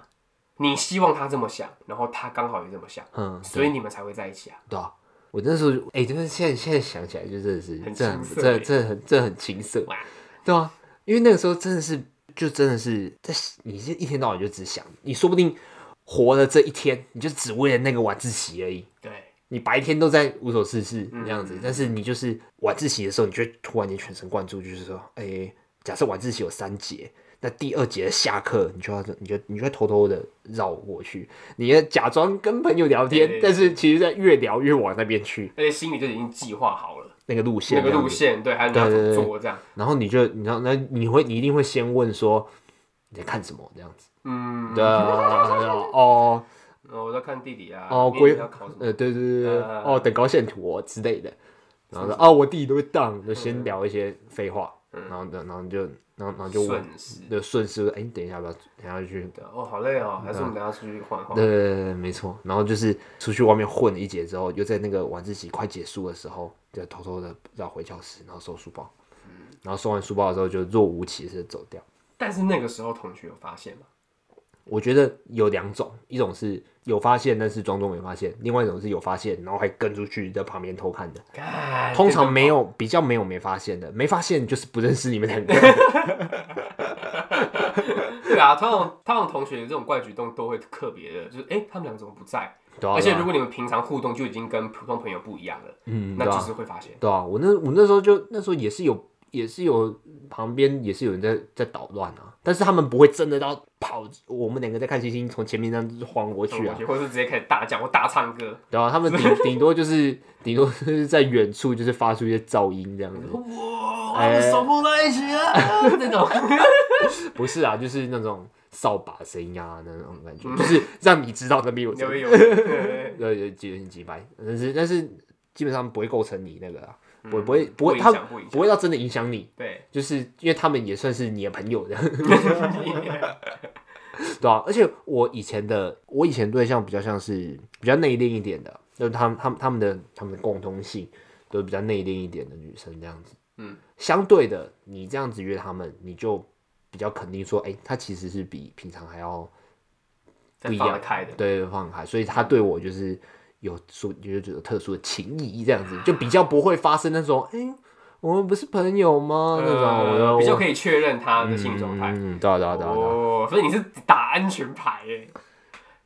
S1: 你希望他这么想，然后他刚好也这么想，
S2: 嗯，
S1: 所以你们才会在一起啊。
S2: 对啊，我那时候哎、真的现在现在想起来就真的是
S1: 很
S2: 这
S1: 青涩
S2: 这
S1: 欸
S2: 这很这很青涩
S1: 哇，
S2: 对啊，因为那个时候真的是就真的是在你是一天到晚就只想，你说不定活了这一天，你就只为了那个晚自习而已。
S1: 对，
S2: 你白天都在无所事事那样子，
S1: 嗯
S2: 但是你就是晚自习的时候，你就会突然间全神贯注，就是说，哎、假设晚自习有三节，那第二节的下课，你就要你就你就会偷偷的绕过去，你要假装跟朋友聊天，
S1: 对对对
S2: 但是其实在越聊越往那边去
S1: 而且心里就已经计划好了
S2: 那个路线，
S1: 那个路，线，对，还有你要怎么做这样。
S2: 然后你就你知道，那你会你一定会先问说你在看什么这样子，
S1: 嗯，
S2: 对啊，然后哦
S1: 呃我在看弟弟啊，
S2: 哦
S1: 明
S2: 规
S1: 年要考什么？
S2: 呃对对对对，
S1: 呃
S2: 哦等高线图哦之类的，然后说哦我弟弟都会当，就先聊一些废话，然后然后就然后然后就问
S1: 嗯顺势。
S2: 就顺势问哎你等一下要不要等一下去。
S1: 对哦，好累哦，还是我们等一下出去晃一晃。
S2: 啊对对对对，没错。然后就是出去外面混了一节之后，又在那个晚自习快结束的时候，就偷偷的绕回教室，然后收书包，
S1: 嗯
S2: 然后收完书包的时候就若无其事的走掉。
S1: 但是那个时候同学有发现吗？
S2: 我觉得有两种，一种是有发现，但是装作没发现；，另外一种是有发现，然后还跟出去在旁边偷看的。
S1: 干
S2: 通常没有比较没有没发现的，没发现就是不认识你 们两个。
S1: 对啊，通常通常同学这种怪举动都会特别的，就是哎、诶他们俩怎么不在？
S2: 对啊，
S1: 而且
S2: 对啊
S1: 如果你们平常互动就已经跟普通朋友不一样了，
S2: 嗯，
S1: 那
S2: 对
S1: 就
S2: 啊，
S1: 是会发现。
S2: 对啊，我那我那时候就那时候也是有也是有旁边也是有人在在捣乱啊，但是他们不会真的到跑，我们两个在看星星从前面那样晃过去啊，
S1: 或者是直接开始大叫或大唱歌，
S2: 对啊，他们顶顶多就是顶多就是在远处就是发出一些噪音这样 子，
S1: 哇，他
S2: 哎
S1: 们手碰在一起啊，这种。
S2: 不是啊，就是那种扫把声音啊，那种感觉， 就是让你知道那边有这
S1: 有
S2: 个，
S1: 有，对对
S2: 呃，有几人几百，但是但是基本上不会构成你那个啊，不会
S1: 嗯
S2: 不会 不
S1: 不
S2: 会，
S1: 影
S2: 他
S1: 响
S2: 们
S1: 不影响
S2: 不会到真的影响你，
S1: 对
S2: 就是因为他们也算是你的朋友这样，
S1: 对，
S2: 对啊，而且我以前的我以前对象比较像是比较内敛一点的，就是他们他们他们的他们的共通性都是比较内敛一点的女生这样子。
S1: 嗯，
S2: 相对的，你这样子约他们，你就比较肯定说，哎、她其实是比平常还要
S1: 再
S2: 不一
S1: 放得
S2: 样
S1: 开的。
S2: 对放开，所以他对我就是有属有有特殊的情谊这样子，就比较不会发生那种，哎、我们不是朋友吗？那种我
S1: 呃，
S2: 就
S1: 比较可以确认他的性状态。
S2: 嗯，对啊对啊对啊对啊，
S1: 哦，所以你是打安全牌耶，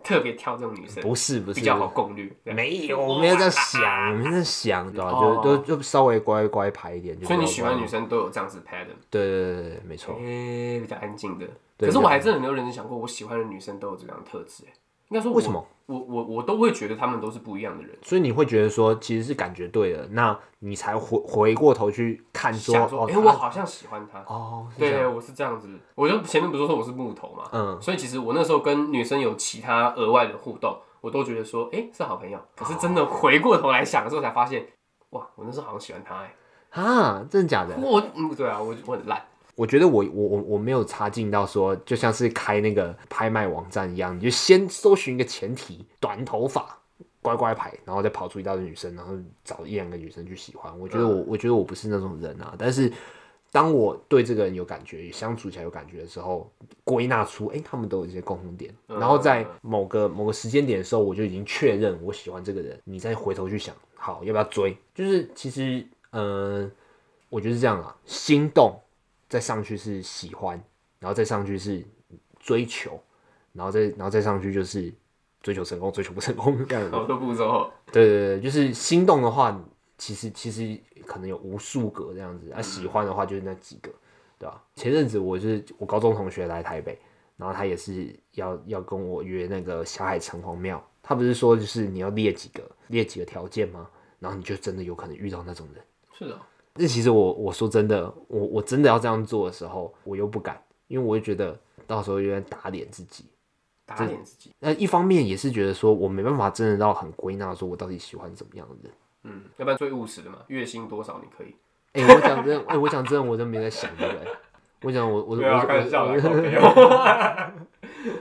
S1: 特别挑这种女生，
S2: 不是不是，
S1: 比较好攻略。对
S2: 没有，我没有在想，我没有在想，对吧、啊
S1: 哦
S2: 就就就稍微乖乖排一点。就
S1: 所以你喜欢
S2: 不要
S1: 女生都有这样子 pattern，
S2: 对对对对，没错。
S1: 诶、比较安静的。
S2: 对
S1: 可是我还真的没有认真想过，我喜欢的女生都有这样的特质。哎，应该说我
S2: 为什么？
S1: 我我我都会觉得她们都是不一样的人。
S2: 所以你会觉得说，其实是感觉对了，那你才回回过头去看说，
S1: 想说，
S2: 哦，
S1: 哎、
S2: 他
S1: 我好像喜欢她。
S2: 哦，是这样
S1: 对，我是这样子。我就前面不是说我是木头嘛，
S2: 嗯，
S1: 所以其实我那时候跟女生有其他额外的互动，我都觉得说，哎、是好朋友。可是
S2: 哦
S1: 真的回过头来想的时候，才发现，哇，我那时候好像喜欢她、哎，
S2: 啊，真的假的？
S1: 我嗯，对啊，我我很烂。
S2: 我觉得我我我我没有差劲到说，就像是开那个拍卖网站一样，你就先搜寻一个前提，短头发，乖乖牌，然后再跑出一大堆女生，然后找一两个女生去喜欢。我觉得我、我觉得我不是那种人啊，但是当我对这个人有感觉，相处起来有感觉的时候，归纳出哎、诶他们都有一些共同点，然后在某个某个时间点的时候，我就已经确认我喜欢这个人，你再回头去想，好要不要追？就是其实嗯、呃我觉得是这样啊，心动。再上去是喜欢，然后再上去是追求，然后再然后再上去就是追求成功，追求不成功这样子。
S1: 好多步骤，
S2: 对对对，就是心动的话，其实其实可能有无数个这样子，啊，喜欢的话就是那几个，对吧、前阵子我是我高中同学来台北，然后他也是要要跟我约那个霞海城隍庙，他不是说就是你要列几个列几个条件吗？然后你就真的有可能遇到那种人。
S1: 是的、
S2: 这其实我我说真的，我我真的要这样做的时候，我又不敢，因为我会觉得到时候有点打脸自己。
S1: 打脸自己。
S2: 那一方面也是觉得说我没办法真的到很归纳，说我到底喜欢怎么样的人。
S1: 嗯，要不然最务实的嘛，月薪多少你可以？
S2: 哎、我讲真的，哎、我讲真的，我真没在想这个、欸我讲我我
S1: 啊
S2: 我我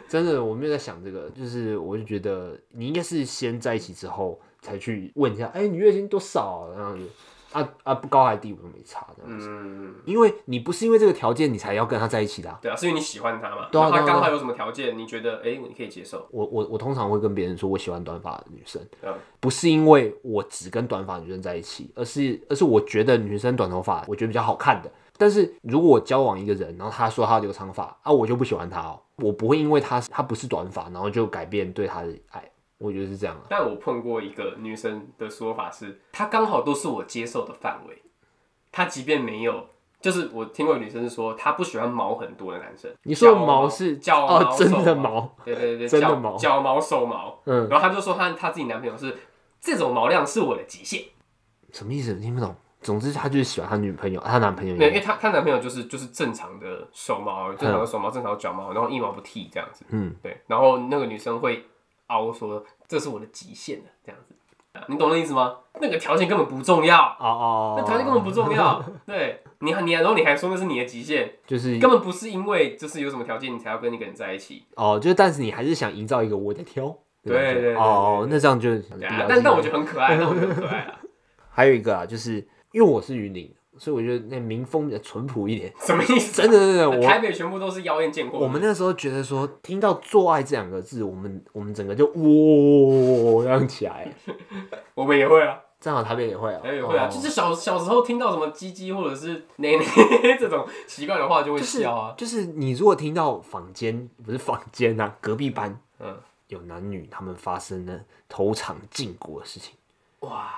S2: 真的我没有在想这个，就是我就觉得你应该是先在一起之后才去问一下，哎、你月薪多少啊这样子啊啊不高还低我都没差这样子，
S1: 嗯，
S2: 因为你不是因为这个条件你才要跟他在一起的啊、
S1: 对啊，是因为你喜欢他嘛？
S2: 对啊
S1: 然后
S2: 对啊
S1: 他
S2: 对啊
S1: 刚好有什么条件，你觉得哎、你可以接受？
S2: 我我我通常会跟别人说我喜欢短发的女生，
S1: 嗯
S2: 不是因为我只跟短发女生在一起，而是而是我觉得女生短头发我觉得比较好看的。但是如果我交往一个人，然后他说他留长发啊，我就不喜欢他哦，我不会因为他他不是短发，然后就改变对他的爱，我觉得是这样啊。
S1: 但我碰过一个女生的说法是，她刚好都是我接受的范围。她即便没有，就是我听过有女生是说，她不喜欢毛很多的男生。
S2: 你说的
S1: 脚
S2: 毛是
S1: 脚毛、
S2: 哦，真
S1: 手
S2: 的毛，
S1: 对对对，
S2: 真的
S1: 脚
S2: 毛
S1: 脚毛、手毛。
S2: 嗯，
S1: 然后她就说她她自己男朋友是这种毛量是我的极限，
S2: 什么意思？听不懂。总之他就是喜欢他女朋友，他男朋友
S1: 没有，因
S2: 也
S1: 为她她男朋友就是就是正常的手毛，正常的手毛，正常的脚毛，然后一毛不剃这样子。
S2: 嗯，
S1: 对，然后那个女生会凹说这是我的极限了，这样子，啊你懂那意思吗？那个条件根本不重要。
S2: 哦哦，
S1: 那条件根本不重要。对你还，你还然后你还说那是你的极限，
S2: 就是
S1: 根本不是因为就是有什么条件你才要跟那个人在一起。
S2: 哦，就但是你还是想营造一个我在挑，
S1: 对对对对
S2: 哦，那这样就
S1: 对啊，但但我觉得很可爱，但我觉得很可爱啊。
S2: 还有一个啊，就是因为我是云林，所以我觉得那民风比较淳朴一点。
S1: 什么意思？
S2: 真的真的，我
S1: 台北全部都是妖艳贱货。
S2: 我们那时候觉得说，听到“做爱”这两个字，我们我们整个就哇让起来。
S1: 我们也会啊，
S2: 正好台北也会啊，
S1: 台北也会啊，
S2: 哦
S1: 就是小小时候听到什么鸡鸡或者是奶奶 这种奇怪的话就会
S2: 就是
S1: 笑啊。
S2: 就是你如果听到坊间不是坊间啊，隔壁班
S1: 嗯，
S2: 有男女他们发生了头场禁果的事情，
S1: 哇，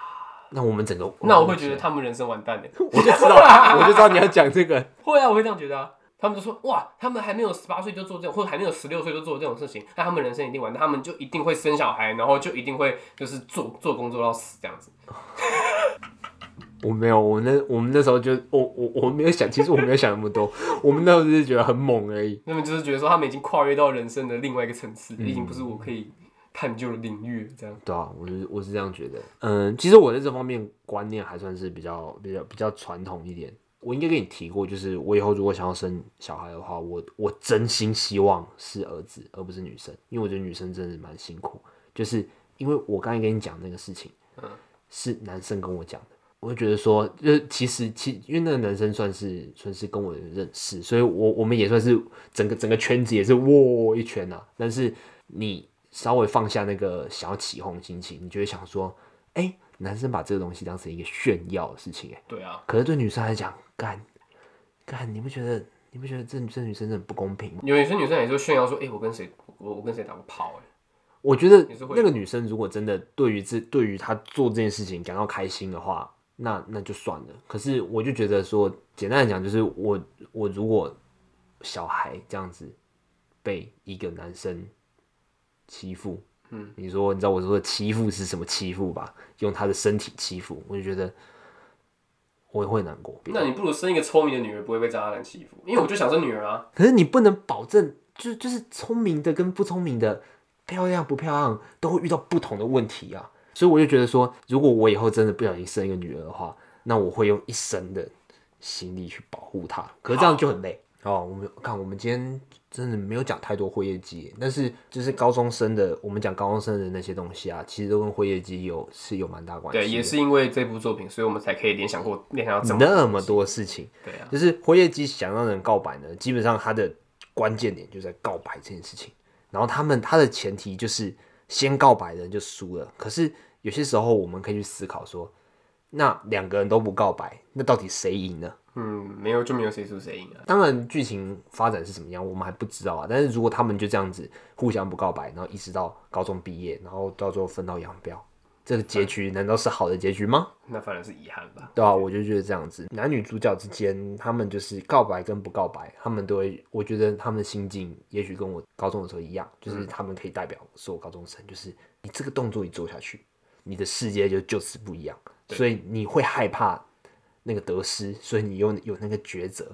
S2: 那我们整个
S1: 那我会觉得他们人生完蛋的。
S2: 我就知道我就知道你要讲这个，
S1: 会啊，我会这样觉得啊。他们就说哇，他们还没有十八岁就做这种，或者还没有十六岁就做这种事情，那他们人生一定完蛋，他们就一定会生小孩，然后就一定会就是做做工作到死这样子。
S2: 我没有，我那我们那时候就我我我没有想，其实我没有想那么多，我们那时候就是觉得很猛而已。
S1: 那么就是觉得说他们已经跨越到人生的另外一个层次，已经不是我可以探究的领域了这样。
S2: 对啊，我是我是这样觉得。嗯，其实我在这方面观念还算是比较比较比较传统一点。我应该跟你提过，就是我以后如果想要生小孩的话，我我真心希望是儿子，而不是女生，因为我觉得女生真的蛮辛苦。就是因为我刚才跟你讲那个事情，是男生跟我讲的，我就觉得说，就是其实其因为那个男生算是算是跟我有认识，所以我我们也算是整个整个圈子也是哇一圈呐、啊。但是你稍微放下那个想要起哄的心情，你就会想说，哎、男生把这个东西当成一个炫耀的事情、哎。
S1: 对啊，
S2: 可是对女生来讲，干干，你不觉得你不觉得这这女生真的很不公平吗？
S1: 有些女生也就炫耀说，哎、我跟谁我我跟谁打过炮、哎，
S2: 我觉得
S1: 也是会
S2: 那个女生如果真的对于这对于她做这件事情感到开心的话，那那就算了。可是我就觉得说，简单的讲就是我我如果小孩这样子被一个男生欺负，嗯，你说你知道我说的欺负是什么欺负吧？用他的身体欺负，我就觉得我也会难过。
S1: 那你不如生一个聪明的女儿，不会被渣男欺负，因为我就想生女儿啊。
S2: 可是你不能保证，就就是聪明的跟不聪明的，漂亮不漂亮，都会遇到不同的问题啊。所以我就觉得说，如果我以后真的不小心生一个女儿的话，那我会用一生的心力去保护她。可是这样就很累哦。我们看，我们今天真的没有讲太多灰夜姬，但是就是高中生的，我们讲高中生的那些东西啊，其实都跟灰夜姬有是有蛮大关系的。
S1: 对，也是因为这部作品，所以我们才可以联想过联想到这么
S2: 那么多事情。
S1: 对啊，
S2: 就是活页机想让人告白呢，基本上它的关键点就在告白这件事情。然后他们他的前提就是先告白的人就输了。可是有些时候我们可以去思考说，那两个人都不告白，那到底谁赢呢？
S1: 嗯，没有就没有谁输谁赢啊。
S2: 当然剧情发展是怎么样，我们还不知道啊。但是如果他们就这样子互相不告白，然后一直到高中毕业，然后到最后分道扬镳，这个结局难道是好的结局吗？
S1: 那反而是遗憾吧。
S2: 对啊，我就觉得这样子，男女主角之间，他们就是告白跟不告白，他们都会，我觉得他们的心境也许跟我高中的时候一样，
S1: 嗯
S2: 就是他们可以代表所有高中生，就是你这个动作一做下去，你的世界就就此不一样，所以你会害怕那个得失，所以你有有那个抉择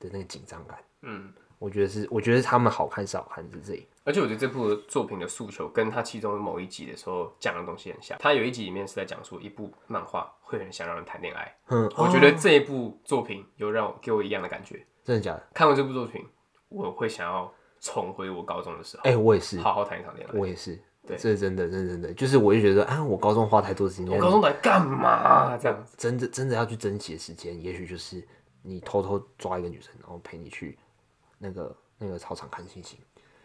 S2: 的那个紧张感。
S1: 嗯，
S2: 我觉得是，我觉得他们好看是好看在这里。
S1: 而且我觉得这部作品的诉求跟他其中某一集的时候讲的东西很像。他有一集里面是在讲说一部漫画会很想让人谈恋爱。
S2: 嗯，
S1: 我觉得这一部作品有让我给我一样的感觉。
S2: 真的假的？
S1: 看完这部作品，我会想要重回我高中的时候，
S2: 哎、我也是，
S1: 好好谈一场恋爱。
S2: 我也是，
S1: 对
S2: 这是真的，真的真的，就是我就觉得啊，我高中花太多时间在
S1: 我高中来干嘛？啊这样子，
S2: 真的真的要去珍惜的时间，也许就是你偷偷抓一个女生，然后陪你去那个那个操场看星星，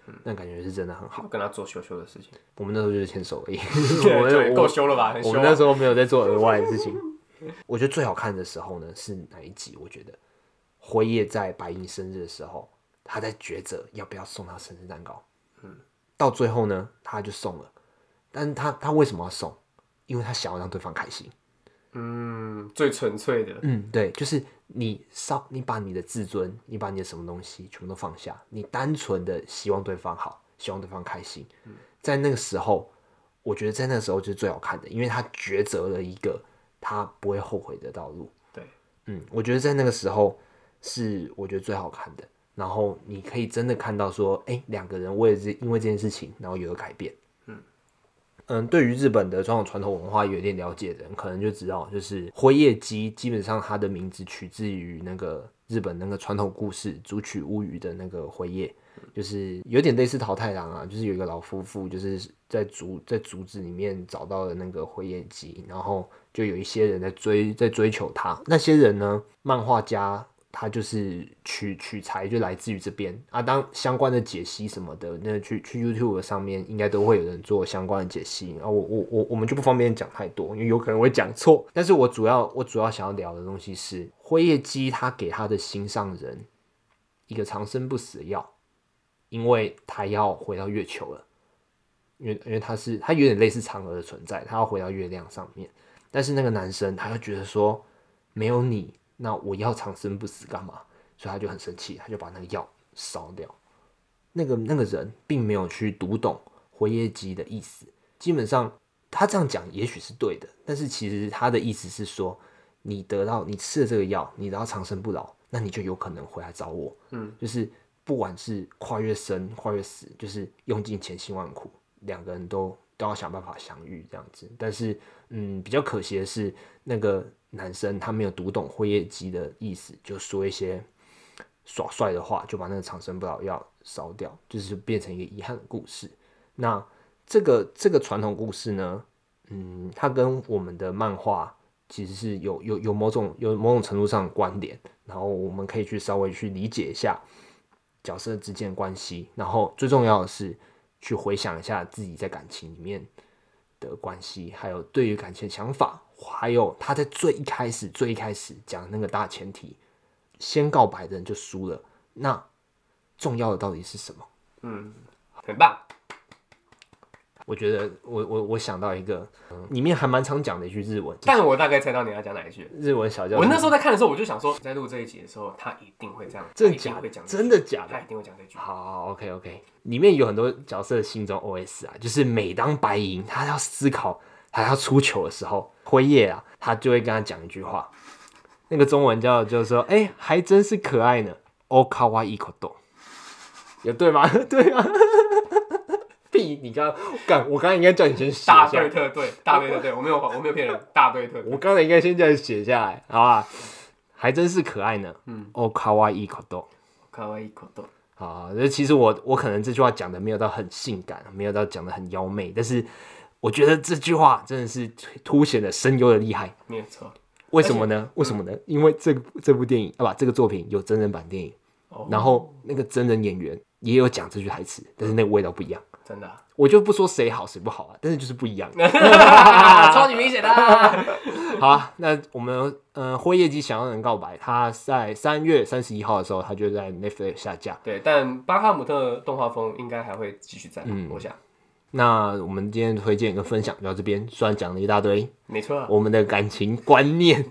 S1: 嗯
S2: 那感觉是真的很好。
S1: 跟他做羞羞的事情，
S2: 我们那时候就是牵手而已，我
S1: 对，就也
S2: 们
S1: 够
S2: 我
S1: 羞了吧？很
S2: 我
S1: 羞
S2: 们那
S1: 啊。
S2: 时候没有在做额外的事情。我觉得最好看的时候呢是哪一集？我觉得辉夜在白银生日的时候，他在抉择要不要送他生日蛋糕。
S1: 嗯
S2: 到最后呢，他就送了，但是他他为什么要送？因为他想要让对方开心。
S1: 嗯，最纯粹的，
S2: 嗯，对，就是你稍，你把你的自尊，你把你的什么东西全部都放下，你单纯的希望对方好，希望对方开心。
S1: 嗯
S2: 在那个时候，我觉得在那个时候就是最好看的，因为他抉择了一个他不会后悔的道路。
S1: 对，
S2: 嗯，我觉得在那个时候是我觉得最好看的。然后你可以真的看到说，哎，两个人为了这因为这件事情，然后有了改变。嗯，对于日本的传统传统文化有一点了解的人，可能就知道，就是辉夜姬基本上它的名字取自于那个日本那个传统故事《竹取物语》的那个辉夜，就是有点类似桃太郎啊，就是有一个老夫妇就是在竹在竹子里面找到了那个辉夜姬，然后就有一些人在追在追求他，那些人呢，漫画家它就是取取材就来自于这边啊。当相关的解析什么的，那去去 YouTube 上面应该都会有人做相关的解析啊。我我我我们就不方便讲太多，因为有可能会讲错。但是我主要我主要想要聊的东西是辉夜姬他给他的心上人一个长生不死的药，因为他要回到月球了。因为因为他是他有点类似嫦娥的存在，他要回到月亮上面，但是那个男生他又觉得说，没有你，那我要长生不死干嘛？所以他就很生气，他就把那个药烧掉。那个那个人并没有去读懂辉夜姬的意思，基本上他这样讲也许是对的，但是其实他的意思是说，你得到你吃了这个药，你得到长生不老，那你就有可能回来找我。嗯，就是不管是跨越生跨越死，就是用尽千辛万苦，两个人都都要想办法相遇这样子。但是，嗯，比较可惜的是，那个男生他没有读懂辉夜姬的意思，就说一些耍帅的话，就把那个长生不老药烧掉，就是变成一个遗憾的故事。那这个这个传统故事呢，嗯，它跟我们的漫画其实是有有有某种有某种程度上的关联，然后我们可以去稍微去理解一下角色之间的关系，然后最重要的是去回想一下自己在感情里面的关系，还有对于感情的想法，还有他在最一开始最一开始讲的那个大前提，先告白的人就输了，那重要的到底是什么？
S1: 嗯很棒。
S2: 我觉得我我我想到一个，嗯里面还蛮常讲的一句日文，
S1: 但我大概猜到你要讲哪一句。
S2: 日文小教
S1: 我
S2: 室
S1: 那时候在看的时候，我就想说，在录这一集的时候，他一定会这样，
S2: 真
S1: 他
S2: 的
S1: 一定
S2: 假
S1: 会
S2: 的
S1: 讲，这句
S2: 真的假
S1: 他
S2: 的
S1: 一？定会讲这句。
S2: 好，OK OK，里面有很多角色心中 OS 啊，就是每当白银他要思考他要出糗的时候，辉夜啊，他就会跟他讲一句话，那个中文叫就是说，哎、还真是可爱呢，O k a w a i k o d o 有对吗？ 对吗？屁！你刚干，我刚才应该叫你先写
S1: 大
S2: 一
S1: 对
S2: 下，
S1: 特对，大对特对，我没有我没有骗人，大对特对
S2: 我刚才应该先叫你写下来，好吧？还真是可爱呢，嗯，O k a w a i k o d o
S1: 可爱一口豆。
S2: 啊，那其实我我可能这句话讲的没有到很性感，没有到讲的很妖媚，但是我觉得这句话真的是凸显了声优的厉害。
S1: 没有错，
S2: 为什么呢？为什么呢？因为这这部电影啊，不，这个作品有真人版电影，
S1: 哦
S2: 然后那个真人演员也有讲这句台词，但是那个味道不一样。
S1: 真的啊、
S2: 我就不说谁好谁不好啊，但是就是不一样。
S1: 超级明显的啊、
S2: 好啊，那我们呃，《辉夜姬想要人告白》，它在三月三十一号的时候，它就在 Netflix 下架。
S1: 对，但巴哈姆特动画风应该还会继续在，我想，
S2: 那我们今天的推荐跟分享就到这边，虽然讲了一大堆，
S1: 没错啊。
S2: 我们的感情观念。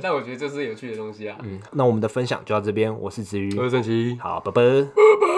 S1: 但我
S2: 嗯
S1: 觉得这是有趣的东西啊。
S2: 那我们的分享就到这边，我是子瑜，
S1: 是郑奇，
S2: 好，拜拜。
S1: 拜拜。